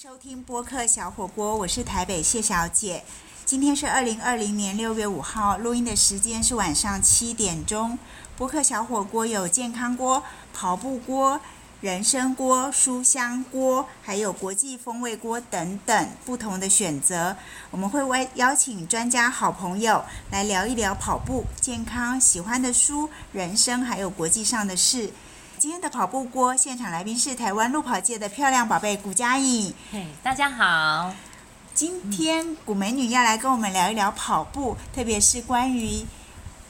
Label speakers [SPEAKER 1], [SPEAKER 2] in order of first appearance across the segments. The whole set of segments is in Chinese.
[SPEAKER 1] 收听播客小火锅，我是台北谢小姐。今天是二零二零年六月五号，录音的时间是晚上七点钟。播客小火锅有健康锅、跑步锅、人参锅、书香锅，还有国际风味锅等等不同的选择。我们会邀邀请专家、好朋友来聊一聊跑步、健康、喜欢的书、人生，还有国际上的事。今天的跑步锅现场来宾是台湾路跑界的漂亮宝贝谷佳颖。
[SPEAKER 2] 嘿，大家好，
[SPEAKER 1] 今天古美女要来跟我们聊一聊跑步，特别是关于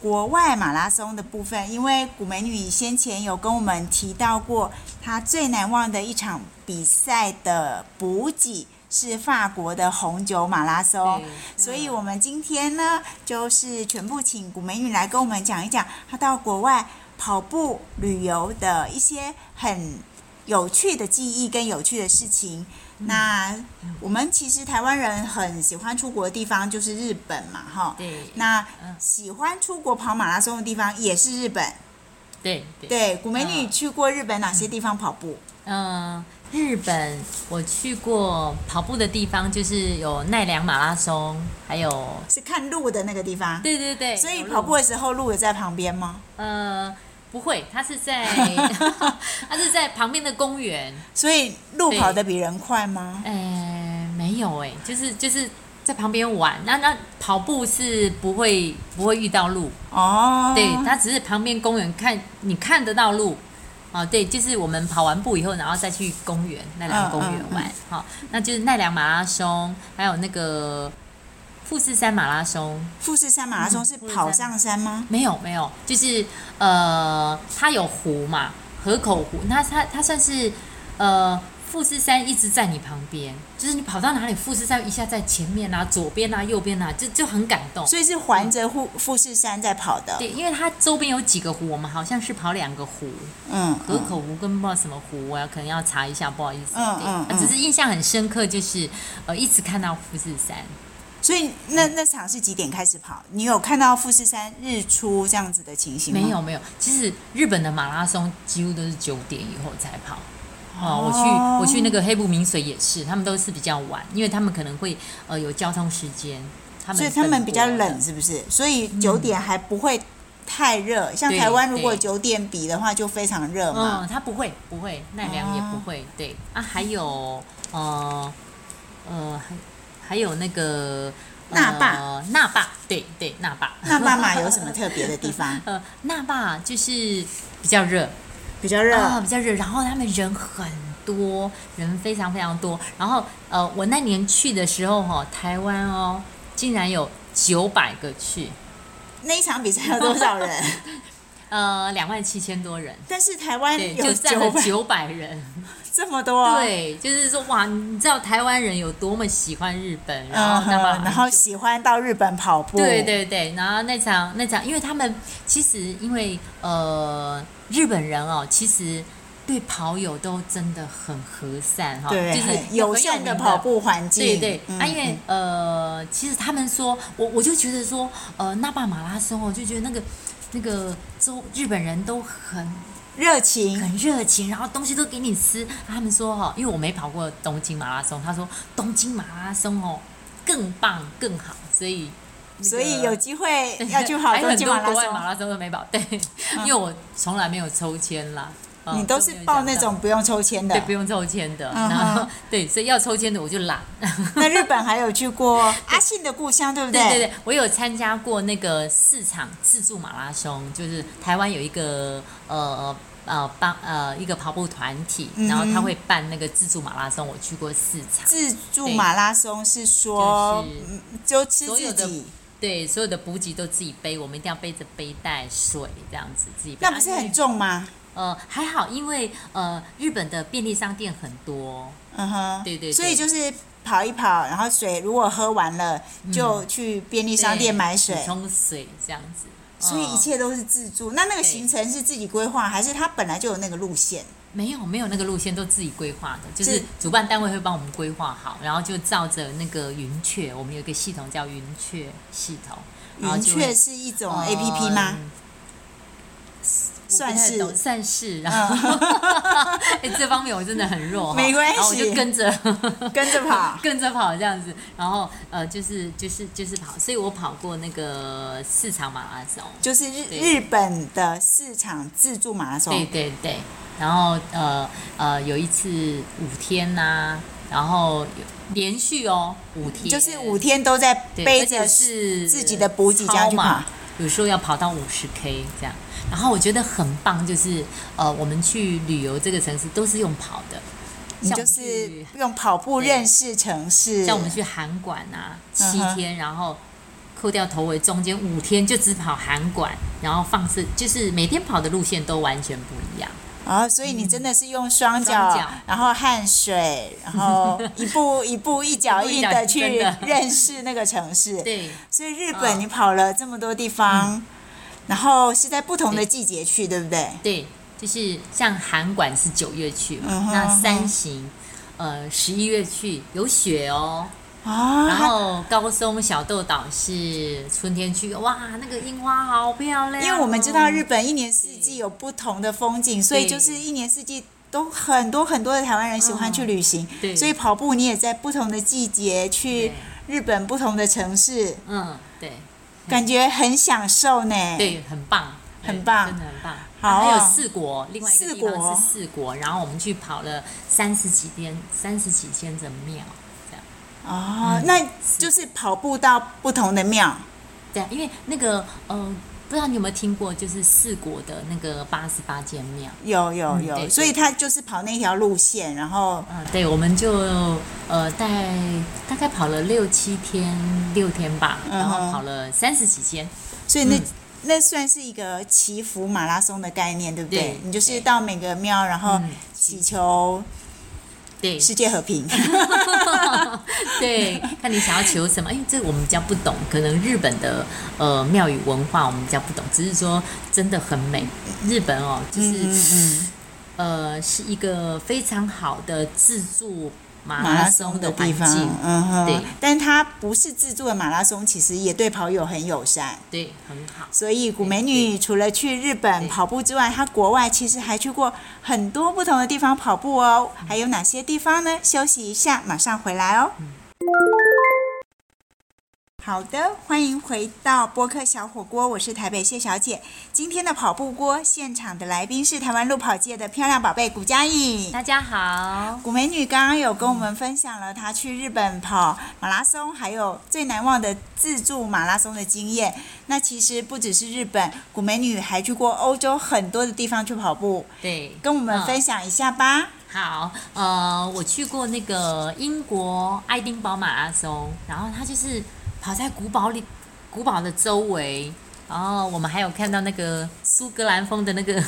[SPEAKER 1] 国外马拉松的部分，因为古美女先前有跟我们提到过，她最难忘的一场比赛的补给是法国的红酒马拉
[SPEAKER 2] 哦
[SPEAKER 1] 松。所以，我们今天呢，就是全部请古美女来跟我们讲一讲她到国外跑步旅游的一些很有趣的记忆跟有趣的事情。
[SPEAKER 2] 嗯
[SPEAKER 1] 那我们其实台湾人很喜欢出国的地方就是日本嘛，哈。
[SPEAKER 2] 对
[SPEAKER 1] 那
[SPEAKER 2] 嗯
[SPEAKER 1] 喜欢出国跑马拉松的地方也是日本。
[SPEAKER 2] 对对，
[SPEAKER 1] 对，古美女
[SPEAKER 2] 嗯
[SPEAKER 1] 去过日本哪些地方跑步？
[SPEAKER 2] 嗯、日本我去过跑步的地方就是有奈良马拉松，还有
[SPEAKER 1] 是看路的那个地方。
[SPEAKER 2] 对对对，
[SPEAKER 1] 所以
[SPEAKER 2] 有路
[SPEAKER 1] 跑步的时候，路有在旁边吗？
[SPEAKER 2] 呃不会，它是 在它是在旁边的公园，
[SPEAKER 1] 所以路
[SPEAKER 2] 对
[SPEAKER 1] 跑得比人快吗？
[SPEAKER 2] 哎没有哎，就是就是在旁边玩，那那跑步是不会不会遇到路，
[SPEAKER 1] 哦，
[SPEAKER 2] 对，它只是旁边公园看你看得到路。哦，对，就是我们跑完步以后，然后再去公园奈良公园玩
[SPEAKER 1] 嗯，
[SPEAKER 2] 好、那就是奈良马拉松，还有那个富士山马拉松，
[SPEAKER 1] 富士山马拉松
[SPEAKER 2] 嗯
[SPEAKER 1] 是
[SPEAKER 2] 富士
[SPEAKER 1] 跑
[SPEAKER 2] 山
[SPEAKER 1] 上山吗？
[SPEAKER 2] 没有没有，就是呃，它有湖嘛，河口湖，那它它算是呃富士山一直在你旁边，就是你跑到哪里，富士山一下在前面啊，左边啊，右边啊，就就很感动。
[SPEAKER 1] 所以是环着富富士山在跑的。
[SPEAKER 2] 对，因为它周边有几个湖，我们好像是跑两个湖，
[SPEAKER 1] 嗯，
[SPEAKER 2] 河
[SPEAKER 1] 嗯
[SPEAKER 2] 口湖跟不知道什么湖，我要可能要查一下，不好意思。
[SPEAKER 1] 嗯
[SPEAKER 2] 对
[SPEAKER 1] 嗯
[SPEAKER 2] 啊只是印象很深刻，就是呃一直看到富士山，
[SPEAKER 1] 所以那那场是几点开始跑？你有看到富士山日出这样子的情形吗？
[SPEAKER 2] 没有没有，其实日本的马拉松几乎都是九点以后才跑。哦，我
[SPEAKER 1] 哦
[SPEAKER 2] 去我去那个黑部明水也是，他们都是比较晚，因为他们可能会呃有交通时间，他们啊
[SPEAKER 1] 所以他们比较
[SPEAKER 2] 分国
[SPEAKER 1] 冷，是不是？所以九点还不会太热，像
[SPEAKER 2] 对
[SPEAKER 1] 台湾如果
[SPEAKER 2] 对
[SPEAKER 1] 九点比的话，就非常热嘛。
[SPEAKER 2] 嗯，他不会，不会，奈良也不
[SPEAKER 1] 哦
[SPEAKER 2] 会。对啊，还有呃呃，还还有那个
[SPEAKER 1] 那霸
[SPEAKER 2] 呃那霸，对对，那霸。？
[SPEAKER 1] 那爸爸有什么特别的地方
[SPEAKER 2] 呃，那霸就是比较热，
[SPEAKER 1] 比较热，
[SPEAKER 2] 啊，比较热。然后他们人很多，人非常非常多。然后呃，我那年去的时候哈、哦，台湾哦，竟然有九百个去，
[SPEAKER 1] 那一场比赛有多少 人？
[SPEAKER 2] 呃，两万七千多人，
[SPEAKER 1] 但是台湾
[SPEAKER 2] 对，
[SPEAKER 1] 有
[SPEAKER 2] 就占了
[SPEAKER 1] 九百
[SPEAKER 2] 九百人。
[SPEAKER 1] 这么多，，哦
[SPEAKER 2] 对，就是说哇，你知道台湾人有多么喜欢日本，然
[SPEAKER 1] 嗯
[SPEAKER 2] 后
[SPEAKER 1] 哼，
[SPEAKER 2] 那么、
[SPEAKER 1] 然后喜欢到日本跑步，
[SPEAKER 2] 对对对，然后那场那场，因为他们其实因为呃日本人哦，其实对跑友都真的很和善哈、
[SPEAKER 1] 对，
[SPEAKER 2] 就是
[SPEAKER 1] 很友善的
[SPEAKER 2] 的
[SPEAKER 1] 跑。步环境，
[SPEAKER 2] 对对，
[SPEAKER 1] 嗯
[SPEAKER 2] 啊，因为呃，其实他们说，我我就觉得说，呃，那霸马拉松，我就觉得那个那个周日本人都很
[SPEAKER 1] 热情，
[SPEAKER 2] 很热情，然后东西都给你吃。他们说哈，因为我没跑过东京马拉松，他说东京马拉松哦更棒更好，所以、那个
[SPEAKER 1] 所以有机会
[SPEAKER 2] 对
[SPEAKER 1] 要去跑
[SPEAKER 2] 还有
[SPEAKER 1] 东
[SPEAKER 2] 很
[SPEAKER 1] 京
[SPEAKER 2] 多
[SPEAKER 1] 马
[SPEAKER 2] 国
[SPEAKER 1] 拉
[SPEAKER 2] 外
[SPEAKER 1] 松嗯
[SPEAKER 2] 马。拉松都没跑，对，因为我从来没有抽签啦。呃
[SPEAKER 1] 你都是
[SPEAKER 2] 没有
[SPEAKER 1] 报
[SPEAKER 2] 想
[SPEAKER 1] 那
[SPEAKER 2] 到
[SPEAKER 1] 种不用抽签的
[SPEAKER 2] 对，不用抽签的，
[SPEAKER 1] 嗯哼
[SPEAKER 2] 然后对，所以要抽签的我就懒。
[SPEAKER 1] 那日本还有去 过阿信的故乡，对不
[SPEAKER 2] 对对
[SPEAKER 1] 对
[SPEAKER 2] 对，我有参加过那个市场自助马拉松，就是台湾有一个呃呃帮呃一个跑步团体，然后
[SPEAKER 1] 嗯
[SPEAKER 2] 他
[SPEAKER 1] 哼
[SPEAKER 2] 会办那个自助马拉松，我去过市场。
[SPEAKER 1] 自助马拉松是说
[SPEAKER 2] 对就是
[SPEAKER 1] 嗯就吃
[SPEAKER 2] 所
[SPEAKER 1] 自
[SPEAKER 2] 有的
[SPEAKER 1] 己，
[SPEAKER 2] 对，所有的补给都自己背，我们一定要背着背带、水这样子自己背。啊
[SPEAKER 1] 那不是很重吗？
[SPEAKER 2] 呃还好，因为呃日本的便利商店很多，
[SPEAKER 1] 嗯哼，
[SPEAKER 2] 对对对
[SPEAKER 1] 所以就是跑一跑，然后水如果喝完了，就去便利商店
[SPEAKER 2] 嗯对
[SPEAKER 1] 买水
[SPEAKER 2] 补。充水这样子。
[SPEAKER 1] 所以一
[SPEAKER 2] 嗯
[SPEAKER 1] 切都是自助。那那个
[SPEAKER 2] 对
[SPEAKER 1] 行程是自己规划，还是他本来就有那个路线？
[SPEAKER 2] 没有没有那个路线都自己规划的，就是是主办单位会帮我们规划好，然后就照着那个云雀，我们有一个系统叫云雀系统，然后
[SPEAKER 1] 云
[SPEAKER 2] 啊就会
[SPEAKER 1] 雀是一种
[SPEAKER 2] 呃
[SPEAKER 1] A P P 吗？算
[SPEAKER 2] 我不太
[SPEAKER 1] 是嗯
[SPEAKER 2] 懂算是，然后、 哎这方面我真的很弱哈，
[SPEAKER 1] 没关系
[SPEAKER 2] 然后我就跟着。
[SPEAKER 1] 跟着跑
[SPEAKER 2] 跟着跑这样子，然后呃就是就是就是跑，所以我跑过那个四场马拉松，
[SPEAKER 1] 就是日
[SPEAKER 2] 对
[SPEAKER 1] 日本的市场自助马拉
[SPEAKER 2] 对
[SPEAKER 1] 松，
[SPEAKER 2] 对对，然后呃呃有一次五天呐、然后有连续哦五
[SPEAKER 1] 嗯
[SPEAKER 2] 天，
[SPEAKER 1] 就是五天都在
[SPEAKER 2] 对
[SPEAKER 1] 背
[SPEAKER 2] 而且
[SPEAKER 1] 着
[SPEAKER 2] 是
[SPEAKER 1] 自己的补给这样去
[SPEAKER 2] 超马
[SPEAKER 1] 跑，
[SPEAKER 2] 有时候要跑到五十 K 这样。然后我觉得很棒，就是呃，我们去旅游这个城市都是用跑的，
[SPEAKER 1] 你
[SPEAKER 2] 像
[SPEAKER 1] 就
[SPEAKER 2] 我们
[SPEAKER 1] 是
[SPEAKER 2] 去
[SPEAKER 1] 用跑步
[SPEAKER 2] 对
[SPEAKER 1] 认识城市。
[SPEAKER 2] 像我们去韩馆啊，七
[SPEAKER 1] 嗯哼
[SPEAKER 2] 天，然后扣掉头尾，中间五天就只跑韩馆，然后放肆，就是每天跑的路线都完全不一样。
[SPEAKER 1] 啊、所以你真的是用双脚，
[SPEAKER 2] 嗯双脚
[SPEAKER 1] 然后汗水，然 后一步一步一脚印的
[SPEAKER 2] 一步
[SPEAKER 1] 去
[SPEAKER 2] 一脚印真的
[SPEAKER 1] 认识那个城市。
[SPEAKER 2] 对，
[SPEAKER 1] 所以日本
[SPEAKER 2] 嗯
[SPEAKER 1] 你跑了这么多地方，然后是在不同的季节去，对不对？
[SPEAKER 2] 对，就是像韩馆是九月去嘛，
[SPEAKER 1] 嗯哼
[SPEAKER 2] 那
[SPEAKER 1] 嗯
[SPEAKER 2] 三
[SPEAKER 1] 哼
[SPEAKER 2] 行，呃，十一月去有雪哦，
[SPEAKER 1] 啊，
[SPEAKER 2] 然后高松小豆岛是春天去，哇，那个樱花好漂亮哦。
[SPEAKER 1] 因为我们知道日本一年四季有不同的风景，所以就是一年四季都很多很多的台湾人喜欢去旅行，
[SPEAKER 2] 嗯对，
[SPEAKER 1] 所以跑步你也在不同的季节去
[SPEAKER 2] 对
[SPEAKER 1] 日本不同的城市，
[SPEAKER 2] 嗯，对
[SPEAKER 1] 感觉很享受呢。，
[SPEAKER 2] 对，很棒，
[SPEAKER 1] 哎很
[SPEAKER 2] 对
[SPEAKER 1] 棒
[SPEAKER 2] 真的很棒。
[SPEAKER 1] 好
[SPEAKER 2] 啊还有
[SPEAKER 1] 啊
[SPEAKER 2] 四国，另外一个
[SPEAKER 1] 四
[SPEAKER 2] 地方
[SPEAKER 1] 国
[SPEAKER 2] 是四国，然后我们去跑了三十几天，三十几天的庙，
[SPEAKER 1] 哦，
[SPEAKER 2] 嗯
[SPEAKER 1] 那就是跑步到不同的庙，
[SPEAKER 2] 对，啊因为那个呃，不知道你有没有听过，就是四国的那个八十八间庙。
[SPEAKER 1] 有有
[SPEAKER 2] 嗯对
[SPEAKER 1] 有，
[SPEAKER 2] 对
[SPEAKER 1] 所以他就是跑那条路线，然后
[SPEAKER 2] 嗯，对，我们就呃大概大概跑了六七天，六天吧，然
[SPEAKER 1] 嗯哼
[SPEAKER 2] 后跑了三十几间。
[SPEAKER 1] 所以那
[SPEAKER 2] 嗯
[SPEAKER 1] 那算是一个祈福马拉松的概念，对不对
[SPEAKER 2] 对？
[SPEAKER 1] 你就是
[SPEAKER 2] 对
[SPEAKER 1] 到每个庙，然后
[SPEAKER 2] 嗯
[SPEAKER 1] 祈求
[SPEAKER 2] 对，
[SPEAKER 1] 世界和平。
[SPEAKER 2] 对，看你想要求什么，因为这个我们比较不懂，可能日本的呃庙宇文化我们比较不懂，只是说真的很美。日本哦，就是、
[SPEAKER 1] 嗯嗯嗯
[SPEAKER 2] 呃是一个非常好的自助马
[SPEAKER 1] 马拉
[SPEAKER 2] 拉
[SPEAKER 1] 松
[SPEAKER 2] 松
[SPEAKER 1] 的
[SPEAKER 2] 的
[SPEAKER 1] 地
[SPEAKER 2] 环
[SPEAKER 1] 方
[SPEAKER 2] 境，，
[SPEAKER 1] 嗯
[SPEAKER 2] 对
[SPEAKER 1] 哼，但它不是自助的马拉松，其实也对跑友很友善。
[SPEAKER 2] 对，很好。
[SPEAKER 1] 所以古美
[SPEAKER 2] 对
[SPEAKER 1] 女除了去日本
[SPEAKER 2] 对
[SPEAKER 1] 跑步之外，她国外其实还去过很多不同的地方跑步哦。还有哪些地方呢？休息一下，马上回来哦。好的，欢迎回到播客小火锅，我是台北谢小姐。今天的跑步锅现场的来宾是台湾路跑界的漂亮宝贝古佳颖。
[SPEAKER 2] 大家好，
[SPEAKER 1] 古美女刚刚有跟我们分享了她去日本跑马拉松，还有最难忘的自助马拉松的经验。那其实不只是日本，古美女还去过欧洲很多的地方去跑步，
[SPEAKER 2] 对，
[SPEAKER 1] 跟我们
[SPEAKER 2] 嗯
[SPEAKER 1] 分享一下吧。
[SPEAKER 2] 好，呃，我去过那个英国爱丁堡马拉松，然后它就是跑在古堡里，古堡的周围，然后我们还有看到那个苏格兰风的那个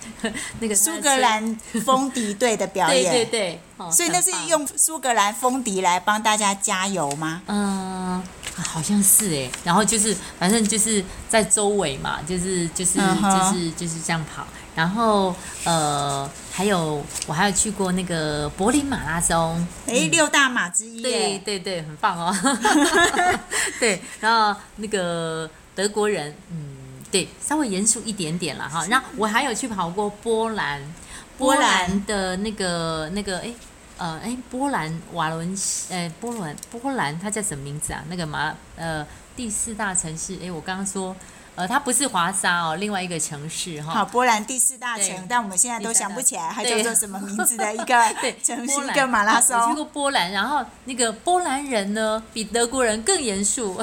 [SPEAKER 2] 那个
[SPEAKER 1] 苏格，兰风笛队的表
[SPEAKER 2] 对
[SPEAKER 1] 演，
[SPEAKER 2] 对对，哦
[SPEAKER 1] 所以那是。
[SPEAKER 2] 很棒
[SPEAKER 1] 用苏格兰风笛来帮大家加油吗？
[SPEAKER 2] 嗯，好像是哎，然后就是反正就是在周围嘛，就是就是、
[SPEAKER 1] 嗯哼
[SPEAKER 2] 就是就是这样跑，然后呃，还有我还有去过那个柏林马拉松，
[SPEAKER 1] 诶，六大马之一
[SPEAKER 2] 嗯对
[SPEAKER 1] 耶，
[SPEAKER 2] 对对，很 棒哦。 对，然后那个德国人，嗯，对，稍微严肃一点点了哈。然后我还有去跑过波兰，
[SPEAKER 1] 波
[SPEAKER 2] 波
[SPEAKER 1] 兰
[SPEAKER 2] 兰的那个那个哎。呃，哎，波兰瓦伦西，呃，波兰波兰，它叫什么名字啊？那个马，呃，第四大城市，哎，我刚刚说，呃，它不是华沙哦，另外一个城市哈。
[SPEAKER 1] 好，波兰第四大城
[SPEAKER 2] 对，
[SPEAKER 1] 但我们现在都
[SPEAKER 2] 第四大
[SPEAKER 1] 想不起来它
[SPEAKER 2] 对
[SPEAKER 1] 叫做什么名字的一个
[SPEAKER 2] 对，
[SPEAKER 1] 城
[SPEAKER 2] 波
[SPEAKER 1] 市
[SPEAKER 2] 兰
[SPEAKER 1] 一个马拉松。
[SPEAKER 2] 哦我去过波兰，然后那个波兰人呢，比德国人更严肃。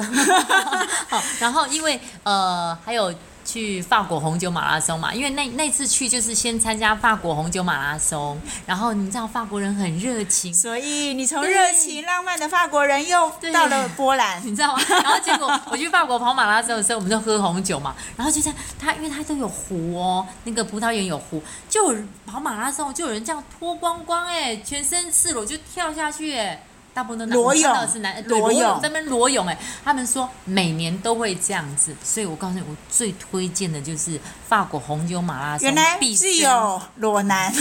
[SPEAKER 2] 好，然后因为呃，还有去法国红酒马拉松嘛，因为那那次去就是先参加法国红酒马拉松，然后你知道法国人很热情，
[SPEAKER 1] 所以你从
[SPEAKER 2] 对
[SPEAKER 1] 热情浪漫的法国人又
[SPEAKER 2] 对
[SPEAKER 1] 到了波兰，
[SPEAKER 2] 你知道吗？ 然后结果我去法国跑马拉松的时候，我们就喝红酒嘛，然后就这样，它因为它都有湖哦，那个葡萄园有湖，就有人跑马拉松，就有人这样脱光光哎、全身赤裸就跳下去哎、大部分都男
[SPEAKER 1] 裸泳
[SPEAKER 2] 我看到的是男，对
[SPEAKER 1] 裸
[SPEAKER 2] 裸
[SPEAKER 1] 泳
[SPEAKER 2] 泳在那边裸泳哎、他们说每年都会这样子，所以我告诉你，我最推荐的就是法国红酒马拉松，
[SPEAKER 1] 原来
[SPEAKER 2] 必
[SPEAKER 1] 是
[SPEAKER 2] 胜
[SPEAKER 1] 有 裸男，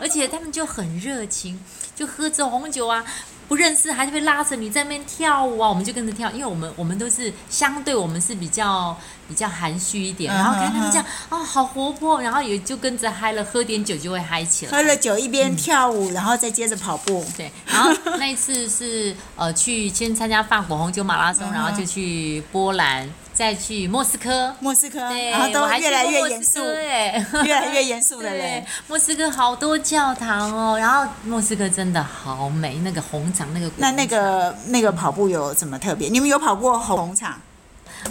[SPEAKER 2] 而且他们就很热情，就喝着红酒啊，不认识，还是会拉着你在那边跳舞啊，我们就跟着跳，因为我们我们都是相对我们是比较比较含蓄一点，
[SPEAKER 1] 嗯
[SPEAKER 2] 然后看他们这样啊、好活泼，然后也就跟着嗨了，喝点酒就会嗨 起来。
[SPEAKER 1] 喝了酒一边跳舞，然后再接着跑步。
[SPEAKER 2] 对，然后那一次是呃去先参加法国红酒马拉松，
[SPEAKER 1] 嗯哼
[SPEAKER 2] 然后就去波兰，再去莫斯科，
[SPEAKER 1] 莫斯科，嗯
[SPEAKER 2] 对，
[SPEAKER 1] 然后
[SPEAKER 2] 我
[SPEAKER 1] 都
[SPEAKER 2] 还去
[SPEAKER 1] 越来
[SPEAKER 2] 过
[SPEAKER 1] 越
[SPEAKER 2] 莫
[SPEAKER 1] 严
[SPEAKER 2] 斯
[SPEAKER 1] 肃
[SPEAKER 2] 科，哎，
[SPEAKER 1] 越来越严肃的
[SPEAKER 2] 对
[SPEAKER 1] 人。，
[SPEAKER 2] 莫斯科好多教堂哦，然后莫斯科真的好美，那个红场，那个
[SPEAKER 1] 那那个那个跑步有什么特别？你们有跑过红场？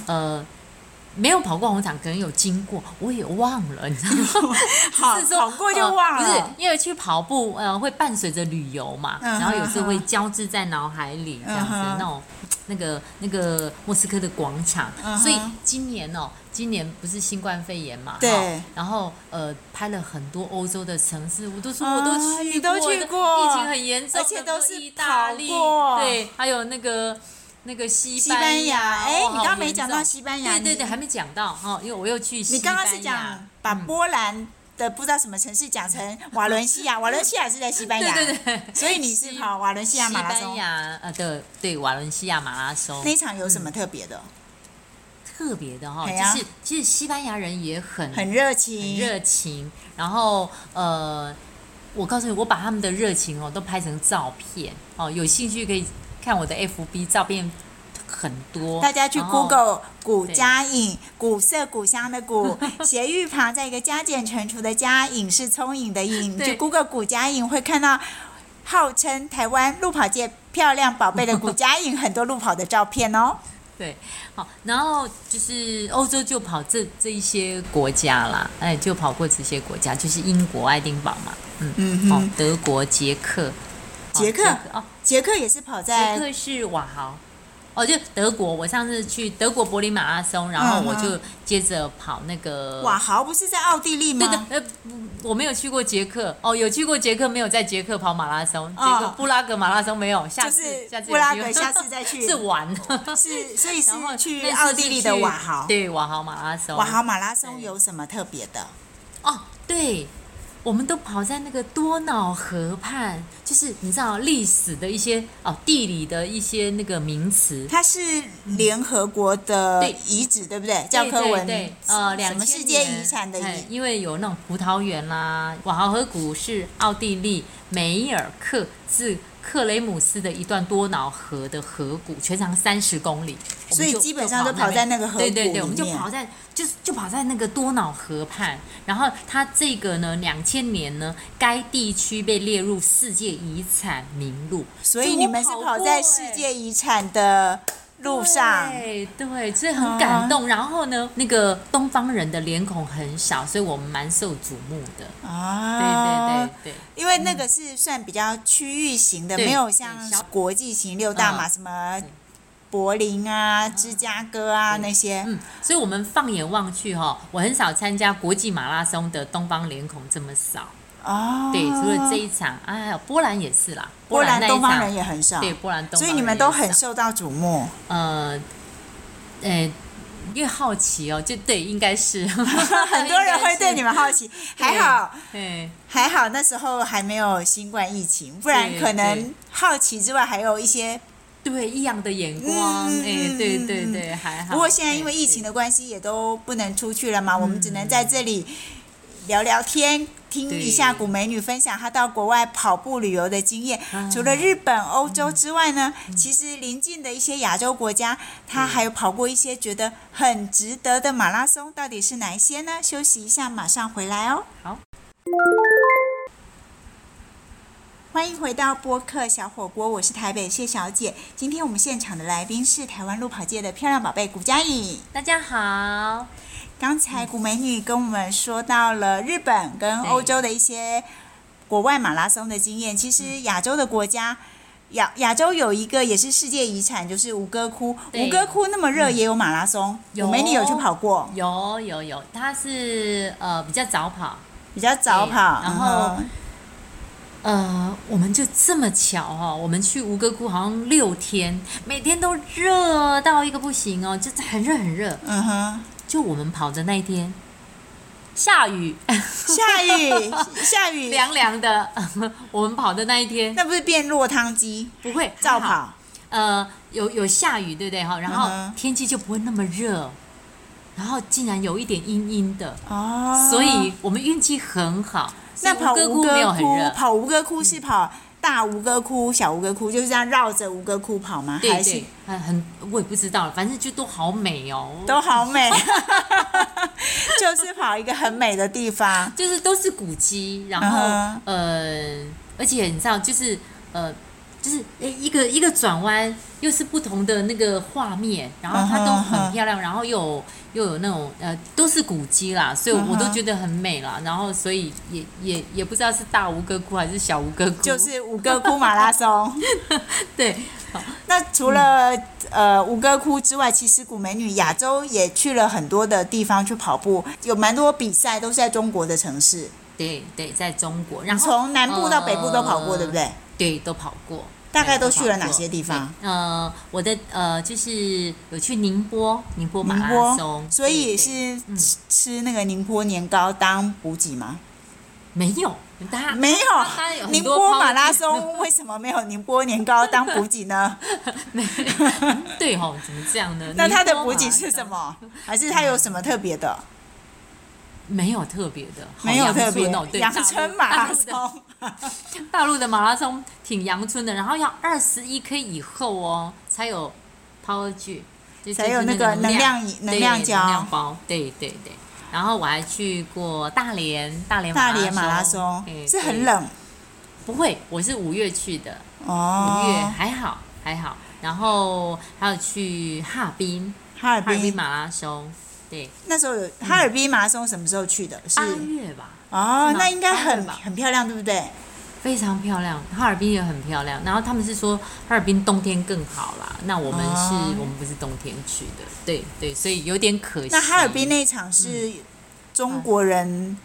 [SPEAKER 2] 呃。没有跑过红场，可能有经过，我也忘了，你知道吗？
[SPEAKER 1] 好
[SPEAKER 2] 是，说
[SPEAKER 1] 跑过就忘了。
[SPEAKER 2] 呃不是，因为去跑步，呃，会伴随着旅游嘛，
[SPEAKER 1] 嗯哼
[SPEAKER 2] 然后有时候会交织在脑海里这样子。
[SPEAKER 1] 嗯哼
[SPEAKER 2] 那种那个那个莫斯科的广场，
[SPEAKER 1] 嗯哼
[SPEAKER 2] 所以今年哦，今年不是新冠肺炎嘛，
[SPEAKER 1] 对
[SPEAKER 2] 哈然后呃，拍了很多欧洲的城市，我都说我都
[SPEAKER 1] 啊
[SPEAKER 2] 去
[SPEAKER 1] 你
[SPEAKER 2] 过，
[SPEAKER 1] 都去过
[SPEAKER 2] 疫情很严重，
[SPEAKER 1] 而且都是
[SPEAKER 2] 意大利
[SPEAKER 1] 跑过，
[SPEAKER 2] 对，还有那个那个西
[SPEAKER 1] 西班牙，
[SPEAKER 2] 牙，
[SPEAKER 1] 哎、
[SPEAKER 2] 哦
[SPEAKER 1] 你刚刚没讲到。
[SPEAKER 2] 好严重
[SPEAKER 1] 西班牙，
[SPEAKER 2] 对对
[SPEAKER 1] 你
[SPEAKER 2] 对，还没讲到哈、哦，因为我又去西
[SPEAKER 1] 你
[SPEAKER 2] 班
[SPEAKER 1] 刚
[SPEAKER 2] 牙。嗯
[SPEAKER 1] 刚是讲把波兰的不知道什么城市讲成瓦伦西 亚，瓦伦西亚是在西班牙，
[SPEAKER 2] 对对对，
[SPEAKER 1] 所以你是跑瓦伦西亚马拉
[SPEAKER 2] 西班
[SPEAKER 1] 松
[SPEAKER 2] 牙呃的对瓦伦西亚马拉松
[SPEAKER 1] 那一场有什么特别的？
[SPEAKER 2] 特别的哈、
[SPEAKER 1] 哎呀
[SPEAKER 2] 就是其实西班牙人也很
[SPEAKER 1] 很热
[SPEAKER 2] 很
[SPEAKER 1] 情，
[SPEAKER 2] 热情，然后呃，我告诉你，我把他们的热情哦都拍成照片哦，有兴趣可以看我的 FB 照片很多，
[SPEAKER 1] 大家去
[SPEAKER 2] 然后
[SPEAKER 1] Google 古家影，古色古香的古，斜玉旁在一个加减乘除的加，影是聪颖的影，你
[SPEAKER 2] 对
[SPEAKER 1] 去 Google 古家影会看到号称台湾路跑界漂亮宝贝的古家影，很多路跑的照片哦。
[SPEAKER 2] 对，好，然后就是欧洲就跑这这一些国家啦，哎，就跑过这些国家，就是英国爱丁堡嘛， 嗯，
[SPEAKER 1] 嗯
[SPEAKER 2] 哦
[SPEAKER 1] 哼，，
[SPEAKER 2] 德国、捷克，哦
[SPEAKER 1] 捷克
[SPEAKER 2] 哦，
[SPEAKER 1] 杰克也是跑在
[SPEAKER 2] 捷克是瓦豪，哦，就德国，我上次去德国柏林马拉松，然后
[SPEAKER 1] 嗯
[SPEAKER 2] 我
[SPEAKER 1] 哼
[SPEAKER 2] 就接着跑那个
[SPEAKER 1] 瓦豪不是在奥地利吗？
[SPEAKER 2] 对的，呃，不我没有去过捷克，哦，有去过捷克，没有在捷克跑马拉松，捷克
[SPEAKER 1] 哦
[SPEAKER 2] 布拉格马拉松没有，下
[SPEAKER 1] 就
[SPEAKER 2] 次、
[SPEAKER 1] 是
[SPEAKER 2] 下次有
[SPEAKER 1] 布拉
[SPEAKER 2] 机
[SPEAKER 1] 格，
[SPEAKER 2] 会
[SPEAKER 1] 下次再去。
[SPEAKER 2] 是玩，
[SPEAKER 1] 是，所以是
[SPEAKER 2] 然后那
[SPEAKER 1] 去
[SPEAKER 2] 次是
[SPEAKER 1] 奥地利的
[SPEAKER 2] 去
[SPEAKER 1] 瓦豪。
[SPEAKER 2] 对瓦豪马拉松，
[SPEAKER 1] 瓦豪马拉松
[SPEAKER 2] 对
[SPEAKER 1] 有什么特别的？
[SPEAKER 2] 哦，对，我们都跑在那个多瑙河畔，就是你知道历史的一些哦，地理的一些那个名词。
[SPEAKER 1] 它是联合国的
[SPEAKER 2] 对
[SPEAKER 1] 遗址，对不对？教科文
[SPEAKER 2] 对对对呃，两
[SPEAKER 1] 什么世界遗产的遗？
[SPEAKER 2] 哎因为有那种葡萄园啦，瓦豪河谷是奥地利梅尔克至克雷姆斯的一段多瑙河的河谷，全长三十公里，我
[SPEAKER 1] 所
[SPEAKER 2] 们
[SPEAKER 1] 以
[SPEAKER 2] 就
[SPEAKER 1] 基本上都
[SPEAKER 2] 就
[SPEAKER 1] 跑在
[SPEAKER 2] 那
[SPEAKER 1] 那
[SPEAKER 2] 边
[SPEAKER 1] 个河
[SPEAKER 2] 对对
[SPEAKER 1] 谷里
[SPEAKER 2] 对，我们就
[SPEAKER 1] 面
[SPEAKER 2] 跑在就是就跑在那个多瑙河畔，然后它这个呢，两千年呢，该地区被列入世界遗产名录，
[SPEAKER 1] 所以你们是跑在世界遗产的路上。
[SPEAKER 2] 对对，所以很感动。然后呢，那个东方人的脸孔很少，所以我们蛮受瞩目的。
[SPEAKER 1] 啊
[SPEAKER 2] 对，对对
[SPEAKER 1] 因为那个是算比较区域型的，
[SPEAKER 2] 对
[SPEAKER 1] 没有像
[SPEAKER 2] 对小嗯
[SPEAKER 1] 国际型六大嘛，什么柏林啊、芝加哥啊那些
[SPEAKER 2] 对，。嗯，所以我们放眼望去哈、我很少参加国际马拉松的东方脸孔这么少。
[SPEAKER 1] 哦，
[SPEAKER 2] 对，除了这一场，哎呀，波兰也是啦，
[SPEAKER 1] 波兰
[SPEAKER 2] 兰那一
[SPEAKER 1] 东方
[SPEAKER 2] 场，
[SPEAKER 1] 人也很少，
[SPEAKER 2] 对，波兰东方人也少，
[SPEAKER 1] 所以你们都很受到瞩 目。
[SPEAKER 2] 呃，呃。越好奇哦，就对，应该 是
[SPEAKER 1] 很
[SPEAKER 2] 很
[SPEAKER 1] 多人会对你，们好奇，还好
[SPEAKER 2] 对，
[SPEAKER 1] 还好那时候还没有新冠疫情，不然
[SPEAKER 2] 对
[SPEAKER 1] 可能
[SPEAKER 2] 对
[SPEAKER 1] 好奇之外还有一些。
[SPEAKER 2] 对异样的眼光，
[SPEAKER 1] 嗯
[SPEAKER 2] 哎、对
[SPEAKER 1] 嗯
[SPEAKER 2] 对
[SPEAKER 1] 嗯
[SPEAKER 2] 对，还好。
[SPEAKER 1] 不过现在因为疫情
[SPEAKER 2] 的，
[SPEAKER 1] 的关系，也都不能出去了
[SPEAKER 2] 嗯
[SPEAKER 1] 嘛，我们只能在这里聊聊天。听一下
[SPEAKER 2] 对
[SPEAKER 1] 古美女分享她到国外跑步旅游的经验。
[SPEAKER 2] 啊嗯
[SPEAKER 1] 除了日本、欧洲之外呢，其实邻近的一些亚洲国家，她还有跑过一些觉得很值得的马拉松，到底是哪一些呢？休息一下，马上回来哦。
[SPEAKER 2] 好，
[SPEAKER 1] 欢迎回到播客小火锅，我是台北谢小姐。今天我们现场的来宾是台湾路跑界的漂亮宝贝谷佳颖。
[SPEAKER 2] 大家好，
[SPEAKER 1] 刚才古美女跟我们说到了日本跟欧洲的一些国外马拉松的经验。其实亚洲的国
[SPEAKER 2] 嗯
[SPEAKER 1] 家，亚亚洲有一个也是世界遗产，就是吴哥窟。
[SPEAKER 2] 对嗯
[SPEAKER 1] 吴哥窟那么热，也有马拉松。
[SPEAKER 2] 有
[SPEAKER 1] 古美女有去跑过，
[SPEAKER 2] 有有有，他是呃比较早跑，
[SPEAKER 1] 比较早
[SPEAKER 2] 对
[SPEAKER 1] 跑。
[SPEAKER 2] 然后
[SPEAKER 1] 嗯
[SPEAKER 2] 呃，我们就这么巧哦，我们去吴哥窟好像六天，每天都热 到一个不行哦，就是很热很热。
[SPEAKER 1] 嗯哼嗯哼，
[SPEAKER 2] 就我们跑的那一天，下雨，
[SPEAKER 1] 下雨，下雨，
[SPEAKER 2] 凉凉的。 我们跑的那一天
[SPEAKER 1] 那不是变落汤鸡，
[SPEAKER 2] 不会
[SPEAKER 1] 照。
[SPEAKER 2] 还好
[SPEAKER 1] 跑。
[SPEAKER 2] 呃，有有下雨，对不对哈？然
[SPEAKER 1] 嗯
[SPEAKER 2] 后
[SPEAKER 1] 哼
[SPEAKER 2] 天气就不会那么热，然后竟然有一点阴阴的，
[SPEAKER 1] 哦，
[SPEAKER 2] 所以我们运气很好。
[SPEAKER 1] 那跑
[SPEAKER 2] 所以
[SPEAKER 1] 吴
[SPEAKER 2] 吴哥窟没有
[SPEAKER 1] 哥
[SPEAKER 2] 很
[SPEAKER 1] 窟，
[SPEAKER 2] 热，
[SPEAKER 1] 跑吴哥窟是跑大吴哥窟、小吴哥窟，就是这样绕着吴哥窟跑吗？
[SPEAKER 2] 对
[SPEAKER 1] 还是
[SPEAKER 2] 对，很很我也不知道，反正就都好美哦，
[SPEAKER 1] 都好美， 就是跑一个很美的地方。
[SPEAKER 2] 就是都是古迹，然后、
[SPEAKER 1] 嗯
[SPEAKER 2] 呃，而且你知道，就是呃，就是诶一个一个转弯，又是不同的那个画面，然后它都
[SPEAKER 1] 嗯哼嗯
[SPEAKER 2] 很
[SPEAKER 1] 哼
[SPEAKER 2] 漂亮，然后又有又有那种呃，都是古迹啦，所以
[SPEAKER 1] 嗯哼
[SPEAKER 2] 我都觉得很美啦。然后所以也也也不知道是大吴哥窟还是小吴哥窟，
[SPEAKER 1] 就是五哥窟马拉松。
[SPEAKER 2] 对， 嗯
[SPEAKER 1] 那除了、呃五哥窟之外，其实古美女亚洲也去了很多的地方去跑步，有蛮多比赛都是在中国的城市，
[SPEAKER 2] 对对，在中国，然后
[SPEAKER 1] 从南部到北部都跑过，
[SPEAKER 2] 呃
[SPEAKER 1] 对不对？
[SPEAKER 2] 对，都跑过。
[SPEAKER 1] 大概
[SPEAKER 2] 对
[SPEAKER 1] 都去了哪些地方？
[SPEAKER 2] 跑过对呃，我的呃，就是有去宁波，宁波马
[SPEAKER 1] 宁
[SPEAKER 2] 拉松
[SPEAKER 1] 波，，所以
[SPEAKER 2] 对对
[SPEAKER 1] 是
[SPEAKER 2] 嗯
[SPEAKER 1] 吃吃那个宁波年糕当补给吗？
[SPEAKER 2] 没有，大家
[SPEAKER 1] 没有
[SPEAKER 2] 大家有很多
[SPEAKER 1] 宁波
[SPEAKER 2] 抛
[SPEAKER 1] 马拉松为什么没有宁波年糕当补给呢？
[SPEAKER 2] 没对吼、怎么这样呢？
[SPEAKER 1] 那它
[SPEAKER 2] 宁
[SPEAKER 1] 的补
[SPEAKER 2] 波
[SPEAKER 1] 给
[SPEAKER 2] 马拉
[SPEAKER 1] 是
[SPEAKER 2] 松嗯
[SPEAKER 1] 什？么？还是它有什么特别的？
[SPEAKER 2] 没有特别的，好
[SPEAKER 1] 没有特
[SPEAKER 2] 阳
[SPEAKER 1] 别
[SPEAKER 2] 春哦，对，
[SPEAKER 1] 阳
[SPEAKER 2] 大陆
[SPEAKER 1] 春马拉
[SPEAKER 2] 大陆
[SPEAKER 1] 松。
[SPEAKER 2] 的 大陆的马拉松挺阳春的，然后要二十一 K 以后哦才有 power G，就
[SPEAKER 1] 才有
[SPEAKER 2] 就
[SPEAKER 1] 那
[SPEAKER 2] 是
[SPEAKER 1] 个能
[SPEAKER 2] 能量
[SPEAKER 1] 量饮能
[SPEAKER 2] 对
[SPEAKER 1] 量
[SPEAKER 2] 能
[SPEAKER 1] 胶
[SPEAKER 2] 量。包，对对对。然后我还去过大连，大连
[SPEAKER 1] 大连马拉松
[SPEAKER 2] 松哎
[SPEAKER 1] 是很
[SPEAKER 2] 对
[SPEAKER 1] 冷
[SPEAKER 2] 不会，我是五月去的，五月、
[SPEAKER 1] 哦。
[SPEAKER 2] 还好还好。然后还有去哈滨，
[SPEAKER 1] 哈尔
[SPEAKER 2] 哈尔滨
[SPEAKER 1] 滨
[SPEAKER 2] 马嗯拉松，对，
[SPEAKER 1] 那时候有哈尔滨马拉松什么时候去的？是
[SPEAKER 2] 八月吧，
[SPEAKER 1] 哦
[SPEAKER 2] 是，吗
[SPEAKER 1] 那应该
[SPEAKER 2] 八
[SPEAKER 1] 很
[SPEAKER 2] 啊月吧
[SPEAKER 1] 很漂亮，对不对？
[SPEAKER 2] 非常漂亮，哈尔滨也很漂亮。然后他们是说哈尔滨冬天更好啦，那我们是、
[SPEAKER 1] 哦
[SPEAKER 2] 我们不是冬天去的，对对，所以有点可惜。
[SPEAKER 1] 那哈尔滨那一场
[SPEAKER 2] 嗯
[SPEAKER 1] 是中国人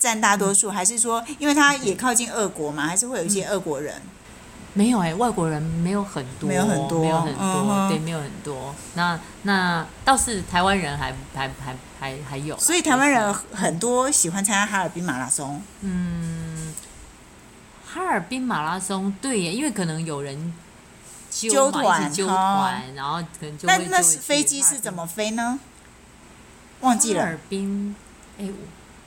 [SPEAKER 1] 占大多数，还是说因为它也靠近俄国嘛，还是会有一
[SPEAKER 2] 嗯
[SPEAKER 1] 些俄国人？
[SPEAKER 2] 没有哎、外国人没有很多，
[SPEAKER 1] 没有很多
[SPEAKER 2] 没有很多，
[SPEAKER 1] 嗯哼
[SPEAKER 2] 对，没有很多。那那倒是台湾人还还还还还有啦，
[SPEAKER 1] 所以台湾人很多喜欢参加哈尔滨马拉松。
[SPEAKER 2] 嗯，哈尔滨马拉松对耶，因为可能有人揪
[SPEAKER 1] 揪
[SPEAKER 2] 嘛
[SPEAKER 1] 团
[SPEAKER 2] 一直揪
[SPEAKER 1] 哈
[SPEAKER 2] 团，然后可能就
[SPEAKER 1] 那
[SPEAKER 2] 会
[SPEAKER 1] 那
[SPEAKER 2] 就会
[SPEAKER 1] 是飞
[SPEAKER 2] 去
[SPEAKER 1] 机
[SPEAKER 2] 哈尔
[SPEAKER 1] 是怎
[SPEAKER 2] 滨
[SPEAKER 1] 么飞呢？忘记
[SPEAKER 2] 哈
[SPEAKER 1] 了，
[SPEAKER 2] 尔滨，哎、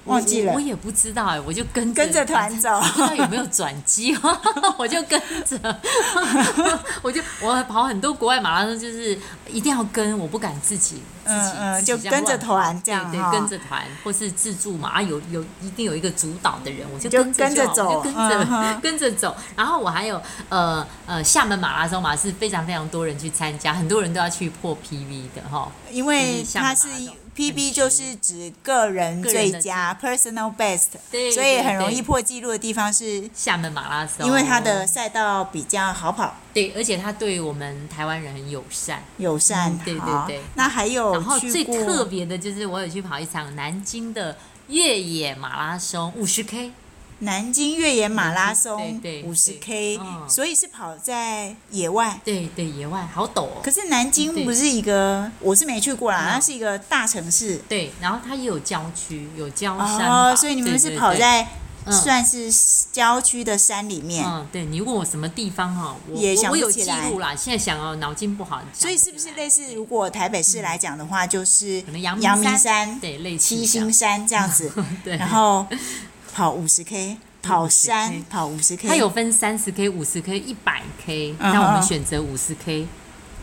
[SPEAKER 2] 我
[SPEAKER 1] 忘记了
[SPEAKER 2] 我，我也不知道哎、我就跟
[SPEAKER 1] 跟着团走。
[SPEAKER 2] 不知道有没有转机， 我就跟着， 我就我跑很多国外马拉松，就是一定要跟，我不敢自己自己
[SPEAKER 1] 嗯嗯
[SPEAKER 2] 自己
[SPEAKER 1] 就
[SPEAKER 2] 这样
[SPEAKER 1] 跟着
[SPEAKER 2] 乱跑
[SPEAKER 1] 团这样
[SPEAKER 2] 对
[SPEAKER 1] 哈
[SPEAKER 2] 对，跟着团或是自助嘛，啊有有一定有一个主导的人，我就
[SPEAKER 1] 就
[SPEAKER 2] 跟
[SPEAKER 1] 跟着
[SPEAKER 2] 着就好我就
[SPEAKER 1] 走
[SPEAKER 2] 跟
[SPEAKER 1] 嗯
[SPEAKER 2] 着
[SPEAKER 1] 哼
[SPEAKER 2] 跟着走。然后我还有呃呃厦门马拉松嘛，是非常非常多人去参加，很多人都要去破 PV 的哈，
[SPEAKER 1] 因为
[SPEAKER 2] 就是像
[SPEAKER 1] 它
[SPEAKER 2] 马
[SPEAKER 1] 是
[SPEAKER 2] 拉松
[SPEAKER 1] PB，
[SPEAKER 2] 很
[SPEAKER 1] 就是指个人
[SPEAKER 2] 个人
[SPEAKER 1] 最
[SPEAKER 2] 的
[SPEAKER 1] 佳 （personal best），
[SPEAKER 2] 对
[SPEAKER 1] 所以
[SPEAKER 2] 对
[SPEAKER 1] 很容易
[SPEAKER 2] 对
[SPEAKER 1] 破纪录的地方是
[SPEAKER 2] 厦门马拉松，
[SPEAKER 1] 因为它的赛道比较好跑、
[SPEAKER 2] 对，而且他对我们台湾人很友善。
[SPEAKER 1] 友善。
[SPEAKER 2] 嗯对对
[SPEAKER 1] 好
[SPEAKER 2] 对
[SPEAKER 1] 那还有
[SPEAKER 2] 然后
[SPEAKER 1] 哦去
[SPEAKER 2] 最
[SPEAKER 1] 过
[SPEAKER 2] 特别的就是我有去跑一场南京的越野马拉松五十 K，
[SPEAKER 1] 南京越野马拉松
[SPEAKER 2] 对对
[SPEAKER 1] 五十
[SPEAKER 2] 对
[SPEAKER 1] K，
[SPEAKER 2] 嗯
[SPEAKER 1] 所以是跑在野外。
[SPEAKER 2] 对对，野外好陡、哦
[SPEAKER 1] 可。是南京
[SPEAKER 2] 对
[SPEAKER 1] 不是一个，我是没去过啦，
[SPEAKER 2] 嗯
[SPEAKER 1] 它是一个大城市
[SPEAKER 2] 对，然后它也有郊区，有郊山吧
[SPEAKER 1] 哦，所以你们
[SPEAKER 2] 对
[SPEAKER 1] 是
[SPEAKER 2] 对
[SPEAKER 1] 跑
[SPEAKER 2] 对
[SPEAKER 1] 在
[SPEAKER 2] 嗯
[SPEAKER 1] 算是郊区的山里面，
[SPEAKER 2] 嗯，对你问我什么地方哈、我
[SPEAKER 1] 也想
[SPEAKER 2] 我我
[SPEAKER 1] 不
[SPEAKER 2] 有
[SPEAKER 1] 起
[SPEAKER 2] 记
[SPEAKER 1] 来
[SPEAKER 2] 录啦，现在想哦，脑筋不好。
[SPEAKER 1] 所以是不是类似？如果台北市来讲的话，就是
[SPEAKER 2] 可能阳明
[SPEAKER 1] 阳明
[SPEAKER 2] 山
[SPEAKER 1] 山、
[SPEAKER 2] 对，类似
[SPEAKER 1] 七
[SPEAKER 2] 这样
[SPEAKER 1] 星山这样子，
[SPEAKER 2] 对，
[SPEAKER 1] 然后跑五十 K，跑山
[SPEAKER 2] 50K
[SPEAKER 1] 跑五十 K，
[SPEAKER 2] 它有分三十 K、五十 K、一百 K，
[SPEAKER 1] 嗯
[SPEAKER 2] 那我
[SPEAKER 1] 嗯
[SPEAKER 2] 们选择五十 K，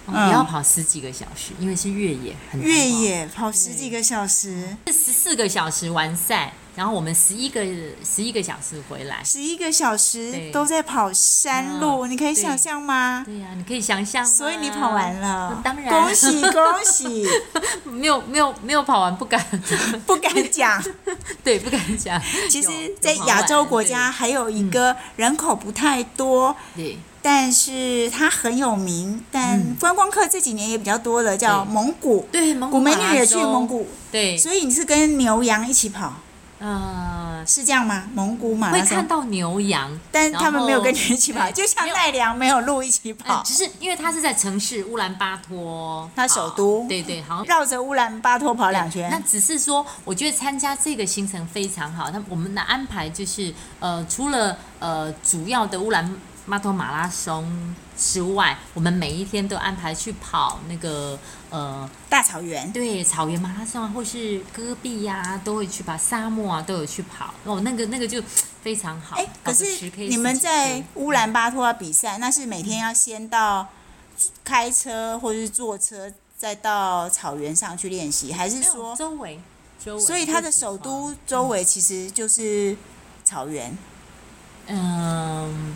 [SPEAKER 1] 嗯
[SPEAKER 2] 也要跑十几个小时，因为是越野，很难
[SPEAKER 1] 越
[SPEAKER 2] 跑
[SPEAKER 1] 野跑十几个小时，
[SPEAKER 2] 是十四个小时完赛，然后我们十一个十一个小时回来。
[SPEAKER 1] 十一个小时
[SPEAKER 2] 对嗯
[SPEAKER 1] 都在跑山路，你可以想象吗？
[SPEAKER 2] 对呀、你可以想象吗。啊
[SPEAKER 1] 所以你跑完了，
[SPEAKER 2] 当然
[SPEAKER 1] 恭 喜恭喜，
[SPEAKER 2] 没有没有没有跑完，不敢，
[SPEAKER 1] 不敢讲。
[SPEAKER 2] 对，不敢讲。
[SPEAKER 1] 其
[SPEAKER 2] 有
[SPEAKER 1] 实
[SPEAKER 2] 有，
[SPEAKER 1] 在
[SPEAKER 2] 跑
[SPEAKER 1] 亚
[SPEAKER 2] 完嗯
[SPEAKER 1] 洲国家还有一个人口不太多，
[SPEAKER 2] 对对
[SPEAKER 1] 但是它很有名，但
[SPEAKER 2] 嗯
[SPEAKER 1] 观光客这几年也比较多的，叫
[SPEAKER 2] 对
[SPEAKER 1] 蒙古。
[SPEAKER 2] 对，蒙
[SPEAKER 1] 古
[SPEAKER 2] 古
[SPEAKER 1] 美
[SPEAKER 2] 马
[SPEAKER 1] 女
[SPEAKER 2] 拉
[SPEAKER 1] 也去
[SPEAKER 2] 松
[SPEAKER 1] 蒙，古，
[SPEAKER 2] 对，
[SPEAKER 1] 所以你是跟牛羊一起跑，
[SPEAKER 2] 嗯、呃，
[SPEAKER 1] 是这样吗？蒙古马
[SPEAKER 2] 会
[SPEAKER 1] 拉
[SPEAKER 2] 看
[SPEAKER 1] 松，
[SPEAKER 2] 到牛羊，
[SPEAKER 1] 但他们没有跟你
[SPEAKER 2] 然后
[SPEAKER 1] 一起跑，
[SPEAKER 2] 对
[SPEAKER 1] 就像
[SPEAKER 2] 没有
[SPEAKER 1] 奈良没有鹿一起
[SPEAKER 2] 嗯
[SPEAKER 1] 跑，，
[SPEAKER 2] 只是因为它是在城市乌兰巴托跑，
[SPEAKER 1] 它首都
[SPEAKER 2] 对对，好像
[SPEAKER 1] 绕着乌兰巴托跑两圈
[SPEAKER 2] 那。只是说，我觉得参加这个行程非常好。那我们的安排就是，呃，除了呃主要的乌兰巴托马拉松之外，我们每一天都安排去跑那个呃，
[SPEAKER 1] 大草原，
[SPEAKER 2] 对，草原马拉松啊，或是戈壁呀、都会去跑，沙漠啊都有去跑。哦，那个那个就非常好。
[SPEAKER 1] 哎，可
[SPEAKER 2] 搞个
[SPEAKER 1] 是
[SPEAKER 2] 10K
[SPEAKER 1] 你们
[SPEAKER 2] 10K
[SPEAKER 1] 在乌兰巴托要比赛，那是每天要先到开车或者是坐车，再到草原上去练习，还是
[SPEAKER 2] 没有
[SPEAKER 1] 说，
[SPEAKER 2] 周围，周围，
[SPEAKER 1] 所以它的首
[SPEAKER 2] 就是
[SPEAKER 1] 都周围其实就是草原？
[SPEAKER 2] 嗯，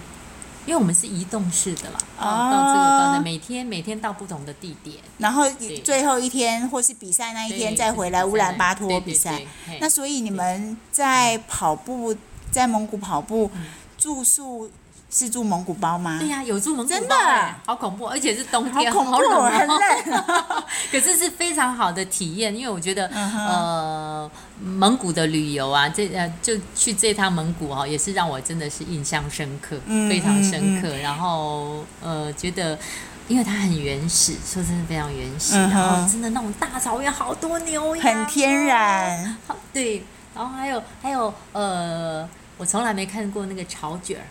[SPEAKER 2] 因为我们是移动式的啦，到
[SPEAKER 1] 哦
[SPEAKER 2] 到这个到那，每天每天到不同的地点，
[SPEAKER 1] 然后
[SPEAKER 2] 对
[SPEAKER 1] 最后一天或是比赛那一天
[SPEAKER 2] 对
[SPEAKER 1] 再回来
[SPEAKER 2] 就是
[SPEAKER 1] 乌兰巴托
[SPEAKER 2] 对
[SPEAKER 1] 比
[SPEAKER 2] 对
[SPEAKER 1] 赛
[SPEAKER 2] 对。嗯嘿
[SPEAKER 1] 那所以你们在跑步，在蒙古跑步，住宿是住蒙古包吗？
[SPEAKER 2] 嗯对呀、有住蒙古包
[SPEAKER 1] 啊真的
[SPEAKER 2] 哎好恐怖，而且是冬
[SPEAKER 1] 好
[SPEAKER 2] 天，
[SPEAKER 1] 恐怖
[SPEAKER 2] 冷
[SPEAKER 1] 哦，
[SPEAKER 2] 哦
[SPEAKER 1] 很冷。
[SPEAKER 2] 可是是非常好的体验，因为我觉得、
[SPEAKER 1] 嗯哼
[SPEAKER 2] 呃，蒙古的旅游啊，这呃就去这趟蒙古哦，也是让我真的是印象深刻，
[SPEAKER 1] 嗯
[SPEAKER 2] 非常深刻。然后呃，觉得。因为它很原始，说真的非常原始，
[SPEAKER 1] 嗯哼
[SPEAKER 2] 然后真的那种大草原好多牛羊、
[SPEAKER 1] 很天然，
[SPEAKER 2] 好。对，然后还有还有呃，我从来没看过那个草卷儿，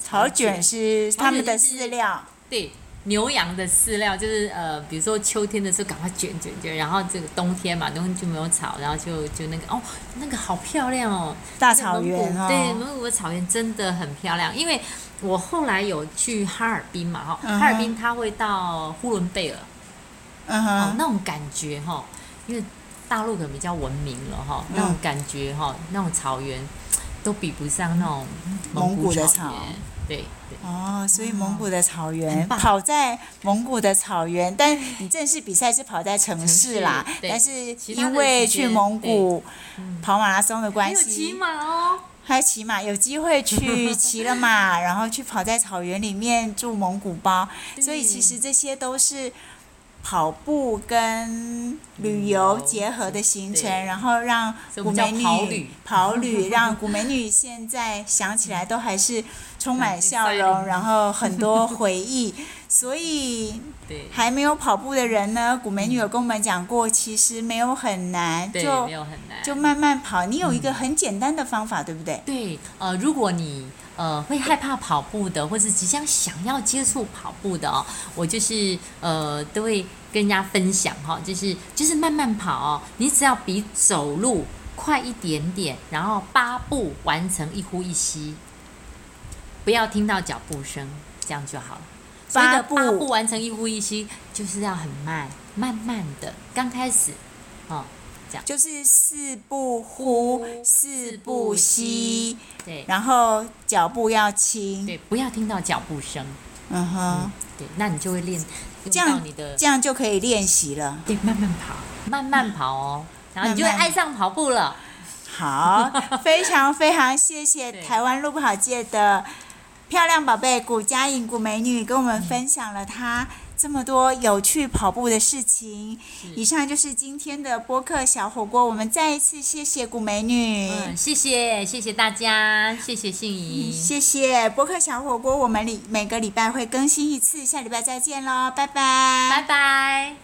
[SPEAKER 1] 草卷是他们的饲料，
[SPEAKER 2] 对，牛羊的饲料就是呃，比如说秋天的时候赶快卷卷卷，然后这个冬天嘛，冬天就没有草，然后就就那个哦，那个好漂亮哦，
[SPEAKER 1] 大草原
[SPEAKER 2] 那个蒙古对，
[SPEAKER 1] 哦。
[SPEAKER 2] 蒙古的草原真的很漂亮，因为我后来有去哈尔滨嘛哈，
[SPEAKER 1] 嗯哼
[SPEAKER 2] 哈尔滨它会到呼伦贝尔，
[SPEAKER 1] 嗯
[SPEAKER 2] 哦，
[SPEAKER 1] 哼，
[SPEAKER 2] 那种感觉哈，因为大陆可能比较文明了哈，那种感觉哈，那种草原都比不上那种
[SPEAKER 1] 蒙古的
[SPEAKER 2] 草
[SPEAKER 1] 草
[SPEAKER 2] 原，对对。
[SPEAKER 1] 哦，所以蒙古的草原
[SPEAKER 2] 很棒
[SPEAKER 1] 跑在蒙古的草原，但你正式比赛是跑在城市啦
[SPEAKER 2] 城市。对
[SPEAKER 1] 但是
[SPEAKER 2] 其他的
[SPEAKER 1] 因为
[SPEAKER 2] 时
[SPEAKER 1] 去
[SPEAKER 2] 间
[SPEAKER 1] 蒙古跑马拉松的
[SPEAKER 2] 还
[SPEAKER 1] 关
[SPEAKER 2] 有骑
[SPEAKER 1] 系，
[SPEAKER 2] 马哦，
[SPEAKER 1] 还有骑马，有机会去骑了 马，然后去跑在草原里面住蒙古包，
[SPEAKER 2] 对
[SPEAKER 1] 所以其实这些都是跑步跟旅
[SPEAKER 2] 旅
[SPEAKER 1] 游
[SPEAKER 2] 游
[SPEAKER 1] 结合的行程，
[SPEAKER 2] 对
[SPEAKER 1] 然后让
[SPEAKER 2] 所以
[SPEAKER 1] 古
[SPEAKER 2] 我们叫
[SPEAKER 1] 美女
[SPEAKER 2] 跑旅
[SPEAKER 1] 跑 旅让古美女现在想起来都还是充满
[SPEAKER 2] 很
[SPEAKER 1] 笑
[SPEAKER 2] exciting
[SPEAKER 1] 容，然后很多回 忆，所以
[SPEAKER 2] 对，
[SPEAKER 1] 还没有跑步的人呢，古美女有跟我们讲过，其实没有很难，
[SPEAKER 2] 嗯对，
[SPEAKER 1] 就
[SPEAKER 2] 没有很难。嗯
[SPEAKER 1] 就慢慢跑。你有一个很简单的方法，对不对？
[SPEAKER 2] 对，呃，如果你呃会害怕跑步的，或是即将想要接触跑步的哦，我就是呃都会跟人家分享哈、就是就是慢慢跑哦，你只要比走路快一点点，然后八步完成一呼一吸，不要听到脚步声，这样就好了。所以
[SPEAKER 1] 八
[SPEAKER 2] 的
[SPEAKER 1] 步
[SPEAKER 2] 八步完成一呼一吸，就是要很慢，慢慢的，刚开始，哦，
[SPEAKER 1] 就是四步呼，
[SPEAKER 2] 呼
[SPEAKER 1] 四步吸，
[SPEAKER 2] 对
[SPEAKER 1] 然后脚步要轻。
[SPEAKER 2] 对，不要听到脚步声。
[SPEAKER 1] 嗯哼，
[SPEAKER 2] 对，那你就会练用
[SPEAKER 1] 这样
[SPEAKER 2] 到你的
[SPEAKER 1] 这样就可以练习了。
[SPEAKER 2] 对慢慢跑，慢慢跑哦，然后你就会
[SPEAKER 1] 嗯慢慢
[SPEAKER 2] 爱上跑步了。
[SPEAKER 1] 好， 非常非常谢谢
[SPEAKER 2] 对
[SPEAKER 1] 台湾路跑界的漂亮宝贝古佳颖古美女，跟我们分享了她这么多有趣跑步的事情。以上就是今天的播客小火锅，我们再一次谢谢古美女。
[SPEAKER 2] 嗯，谢谢谢谢大家，谢谢信怡，
[SPEAKER 1] 嗯谢谢播客小火锅，我们礼每个礼拜会更新一次，下礼拜再见喽，拜拜
[SPEAKER 2] 拜拜。